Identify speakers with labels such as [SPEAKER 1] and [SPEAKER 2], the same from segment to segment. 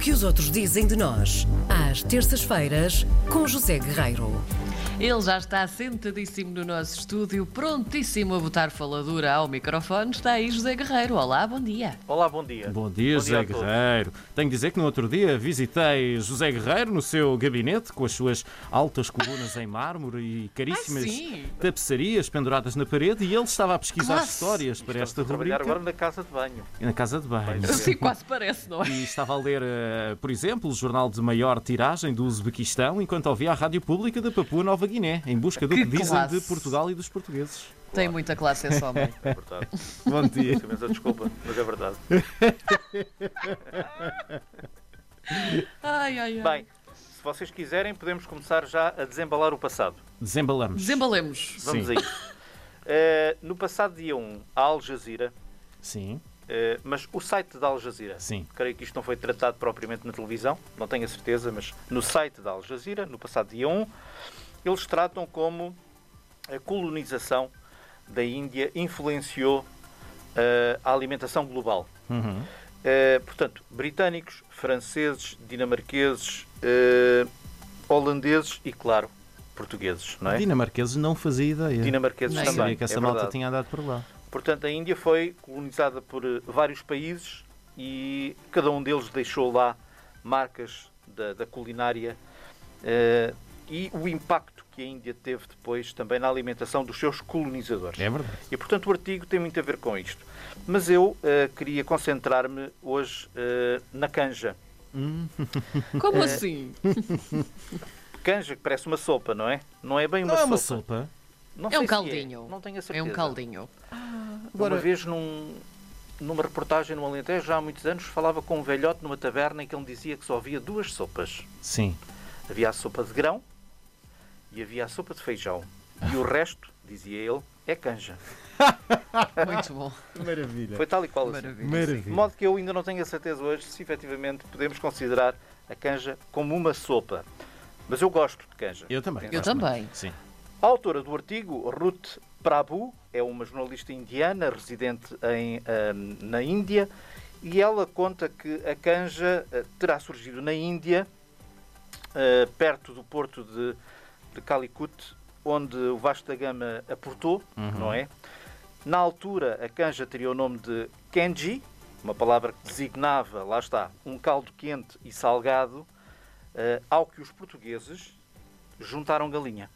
[SPEAKER 1] que os outros dizem de nós, às terças-feiras, com José Guerreiro.
[SPEAKER 2] Ele já está sentadíssimo no nosso estúdio, prontíssimo a botar faladura ao microfone. Está aí José Guerreiro. Olá, bom dia.
[SPEAKER 3] Olá, bom dia.
[SPEAKER 4] Bom dia, José
[SPEAKER 3] a todos.
[SPEAKER 4] Guerreiro. Tenho que dizer que no outro dia visitei José Guerreiro no seu gabinete com as suas altas colunas em mármore e caríssimas
[SPEAKER 2] Ah, sim.
[SPEAKER 4] tapeçarias penduradas na parede e ele estava a pesquisar
[SPEAKER 2] Classe.
[SPEAKER 4] histórias para
[SPEAKER 3] Estamos
[SPEAKER 4] esta
[SPEAKER 3] a trabalhar
[SPEAKER 4] rubrica
[SPEAKER 3] agora na casa de banho.
[SPEAKER 4] na casa de banho.
[SPEAKER 3] Pois
[SPEAKER 2] Sim, Assim quase parece, não é?
[SPEAKER 4] E estava a ler, eh, por exemplo, o jornal de maior tiragem do Uzbequistão enquanto ouvia a rádio pública da Papua Nova Guiné, em busca do
[SPEAKER 2] Que
[SPEAKER 4] que dizem
[SPEAKER 2] classe.
[SPEAKER 4] de Portugal e dos portugueses.
[SPEAKER 2] Tem muita classe esse homem.
[SPEAKER 3] É verdade. Peço
[SPEAKER 4] Bom dia.
[SPEAKER 3] imensa desculpa, mas é verdade.
[SPEAKER 2] Ai, ai, ai.
[SPEAKER 3] Bem, se vocês quiserem, podemos começar já a desembalar o passado.
[SPEAKER 4] Desembalamos.
[SPEAKER 2] Desembalemos.
[SPEAKER 3] Vamos
[SPEAKER 4] Sim.
[SPEAKER 3] a isso. Eh, no passado dia 1, a Al Jazeera,
[SPEAKER 4] Sim,
[SPEAKER 3] eh, mas o site da Al Jazeera,
[SPEAKER 4] Sim.
[SPEAKER 3] creio que isto não foi tratado propriamente na televisão, não tenho a certeza, mas no site da Al Jazeera, no passado dia 1, eles tratam como a colonização da Índia influenciou eh, a alimentação global.
[SPEAKER 4] Uhum.
[SPEAKER 3] Eh, portanto, britânicos, franceses, dinamarqueses, eh, holandeses e, claro, portugueses, não é?
[SPEAKER 4] dinamarqueses não fazia ideia.
[SPEAKER 3] Dinamarqueses
[SPEAKER 2] Não
[SPEAKER 4] Não
[SPEAKER 2] Sim.
[SPEAKER 3] também.
[SPEAKER 4] sabia que essa
[SPEAKER 3] é
[SPEAKER 4] malta
[SPEAKER 3] verdade.
[SPEAKER 4] tinha andado por lá.
[SPEAKER 3] Portanto, a Índia foi colonizada por eh, vários países e cada um deles deixou lá marcas da, da culinária eh, e o impacto que a Índia teve depois também na alimentação dos seus colonizadores.
[SPEAKER 4] É verdade.
[SPEAKER 3] E, portanto, o artigo tem muito a ver com isto. Mas eu eh, queria concentrar-me hoje eh, na canja. É.
[SPEAKER 2] Como assim?
[SPEAKER 3] Canja que parece uma sopa, não é? Não é bem uma
[SPEAKER 4] Não é
[SPEAKER 3] sopa.
[SPEAKER 4] uma sopa.
[SPEAKER 3] Não
[SPEAKER 2] É
[SPEAKER 3] sei
[SPEAKER 2] um
[SPEAKER 3] se
[SPEAKER 2] caldinho.
[SPEAKER 3] Não tenho a certeza.
[SPEAKER 2] É um caldinho.
[SPEAKER 3] Uma vez num- numa reportagem no Alentejo, já há muitos anos, falava com um velhote numa taberna em que ele dizia que só havia duas sopas.
[SPEAKER 4] Sim.
[SPEAKER 3] Havia a sopa de grão e havia a sopa de feijão. E o resto, dizia ele, é canja.
[SPEAKER 2] Muito bom.
[SPEAKER 4] Maravilha.
[SPEAKER 3] Foi tal e qual assim.
[SPEAKER 2] Maravilha.
[SPEAKER 3] De modo que eu ainda não tenho a certeza hoje se efetivamente podemos considerar a canja como uma sopa. Mas eu gosto de canja.
[SPEAKER 4] Eu também.
[SPEAKER 2] Eu também.
[SPEAKER 4] Sim.
[SPEAKER 3] A autora do artigo, Ruth Prabhu, é uma jornalista indiana residente em, ahm, na Índia e ela conta que a canja eh, terá surgido na Índia, eh, perto do porto de, de Calicut, onde o Vasta Gama aportou, não é? Na altura, a canja teria o nome de Kenji, uma palavra que designava, lá está, um caldo quente e salgado, eh, ao que os portugueses juntaram galinha.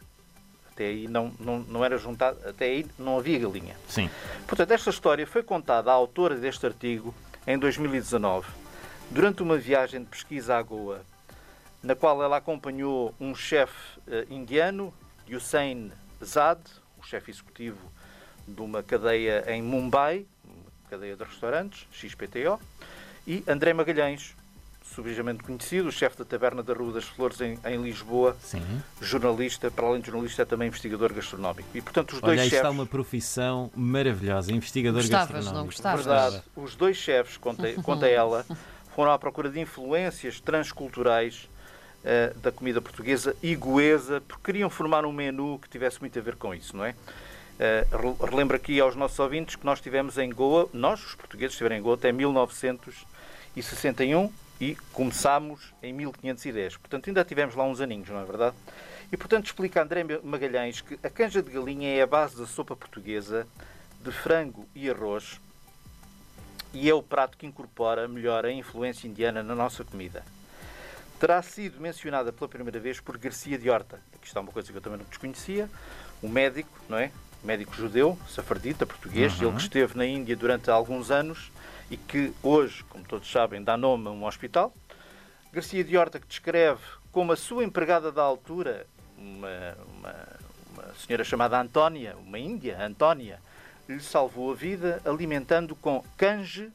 [SPEAKER 3] Até aí não, não, não era juntado, até aí não havia galinha.
[SPEAKER 4] Sim.
[SPEAKER 3] Portanto, esta história foi contada à autora deste artigo em 2019, durante uma viagem de pesquisa à Goa, na qual ela acompanhou um chefe eh, indiano, Hussein Zad, o chefe executivo de uma cadeia em Mumbai, uma cadeia de restaurantes, XPTO, e André Magalhães, subejamente conhecido, o chefe da Taberna da Rua das Flores em, em Lisboa,
[SPEAKER 4] Sim.
[SPEAKER 3] jornalista, para além de jornalista, é também investigador gastronómico. E, portanto, os dois
[SPEAKER 4] Olha, isto
[SPEAKER 3] chefes...
[SPEAKER 4] é uma profissão maravilhosa. Investigador
[SPEAKER 2] Gostavas,
[SPEAKER 4] gastronómico.
[SPEAKER 2] não gostavas?
[SPEAKER 3] Verdade. Os dois chefes, conta, conta ela, foram à procura de influências transculturais eh, da comida portuguesa e goesa, porque queriam formar um menu que tivesse muito a ver com isso, não é? Eh, rel- relembro aqui aos nossos ouvintes que nós estivemos em Goa, nós, os portugueses, estiveram em Goa até 1961 e começámos em 1510. Portanto, ainda tivemos lá uns aninhos, não é verdade? E, portanto, explica André Magalhães que a canja de galinha é a base da sopa portuguesa de frango e arroz, e é o prato que incorpora melhor a influência indiana na nossa comida. Terá sido mencionada pela primeira vez por Garcia de Horta. Aqui está uma coisa que eu também não desconhecia. O médico, não é? Médico judeu, safardita, português, ele que esteve na Índia durante alguns anos e que hoje, como todos sabem, dá nome a um hospital. Garcia de Horta que descreve como a sua empregada da altura, uma, uma- uma senhora chamada Antónia, uma índia, Antónia, lhe salvou a vida alimentando com canje,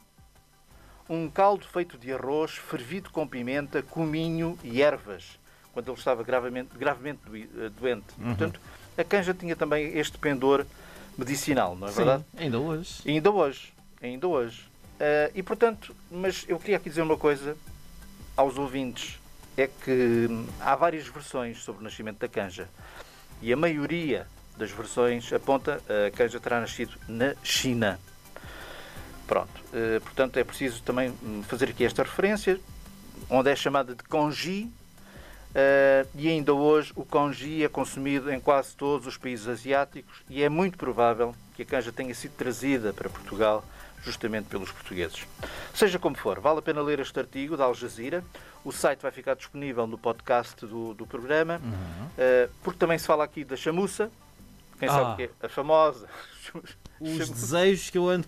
[SPEAKER 3] um caldo feito de arroz fervido com pimenta, cominho e ervas, quando ele estava gravemente, gravemente doi- eh, doente. Portanto, a canja tinha também este pendor medicinal, não é verdade?
[SPEAKER 4] Sim, ainda hoje.
[SPEAKER 3] Ainda hoje, ainda hoje. Ah, e portanto, mas eu queria aqui dizer uma coisa aos ouvintes: é que hum, há várias versões sobre o nascimento da canja e a maioria das versões aponta ah, a canja terá nascido na China. Eh, Pronto, ah, portanto é preciso também hum, fazer aqui esta referência. onde é chamada de congi, eh, e ainda hoje o congi é consumido em quase todos os países asiáticos e é muito provável que a canja tenha sido trazida para Portugal justamente pelos portugueses. Seja como for, vale a pena ler este artigo da Al Jazeera. O site vai ficar disponível no podcast do, do programa, eh, porque também se fala aqui da chamuça. Quem sabe
[SPEAKER 4] Ah.
[SPEAKER 3] o que é? A famosa.
[SPEAKER 5] Os
[SPEAKER 3] chamuça.
[SPEAKER 5] desejos que eu ando,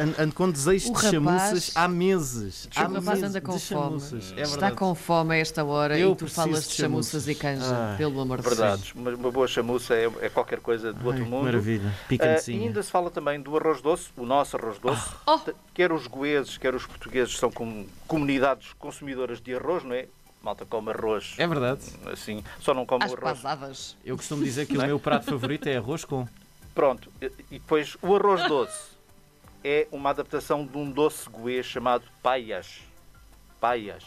[SPEAKER 5] ando- ando com desejos
[SPEAKER 2] O
[SPEAKER 5] de
[SPEAKER 2] rapaz-
[SPEAKER 5] chamuças há meses. Há
[SPEAKER 2] O rapaz
[SPEAKER 5] meses
[SPEAKER 2] Ah, anda com
[SPEAKER 5] de
[SPEAKER 2] fome.
[SPEAKER 5] chamuças. É
[SPEAKER 2] Está
[SPEAKER 5] verdade.
[SPEAKER 2] com fome a esta hora
[SPEAKER 5] Eu
[SPEAKER 2] e tu
[SPEAKER 5] preciso
[SPEAKER 2] falas
[SPEAKER 5] de
[SPEAKER 2] de chamuças e canja,
[SPEAKER 5] Ai,
[SPEAKER 2] pelo amor de Deus.
[SPEAKER 3] Verdades. Uma, uma boa chamuça é, é qualquer coisa do outro
[SPEAKER 5] Ai, que
[SPEAKER 3] mundo.
[SPEAKER 5] maravilha.
[SPEAKER 3] Ah,
[SPEAKER 5] Picancinha.
[SPEAKER 3] e ainda se fala também do arroz doce, o nosso arroz doce.
[SPEAKER 2] Oh.
[SPEAKER 3] T- Quer os goeses, quer os portugueses são com- comunidades consumidoras de arroz, não é? Malta come arroz,
[SPEAKER 5] É verdade.
[SPEAKER 3] assim, só não come
[SPEAKER 2] Às
[SPEAKER 3] arroz.
[SPEAKER 2] pasadas.
[SPEAKER 4] Eu costumo dizer que o meu prato favorito é arroz com.
[SPEAKER 3] Pronto, e, e depois o arroz doce é uma adaptação de um doce goês chamado paias. Paias.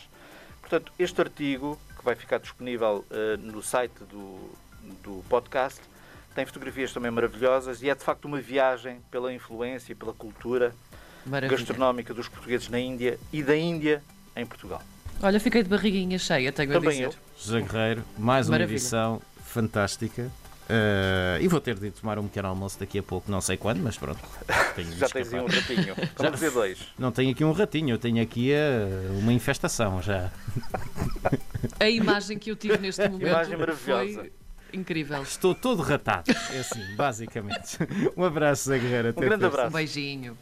[SPEAKER 3] Portanto, este artigo, que vai ficar disponível eh, no site do, do podcast, tem fotografias também maravilhosas e é de facto uma viagem pela influência, pela cultura
[SPEAKER 2] Maravilha.
[SPEAKER 3] gastronómica dos portugueses na Índia e da Índia em Portugal.
[SPEAKER 2] Olha, fiquei de barriguinha cheia, tenho a
[SPEAKER 3] Também
[SPEAKER 2] dizer.
[SPEAKER 3] eu.
[SPEAKER 4] José Guerreiro, mais uma
[SPEAKER 2] Maravilha.
[SPEAKER 4] edição fantástica. Eh, e vou ter de tomar um pequeno almoço daqui a pouco, não sei quando, mas pronto. Tenho de
[SPEAKER 3] Já tens aí
[SPEAKER 4] escapar.
[SPEAKER 3] um ratinho. Vamos dizer dois.
[SPEAKER 4] Não tenho aqui um ratinho, eu tenho aqui eh, uma infestação já.
[SPEAKER 2] A imagem que eu tive neste momento
[SPEAKER 3] Imagem maravilhosa.
[SPEAKER 2] foi incrível.
[SPEAKER 4] Estou todo ratado, é assim, basicamente. Um abraço, Zé Guerreiro.
[SPEAKER 3] Um
[SPEAKER 4] até
[SPEAKER 3] grande
[SPEAKER 4] terça.
[SPEAKER 3] abraço.
[SPEAKER 2] Um beijinho.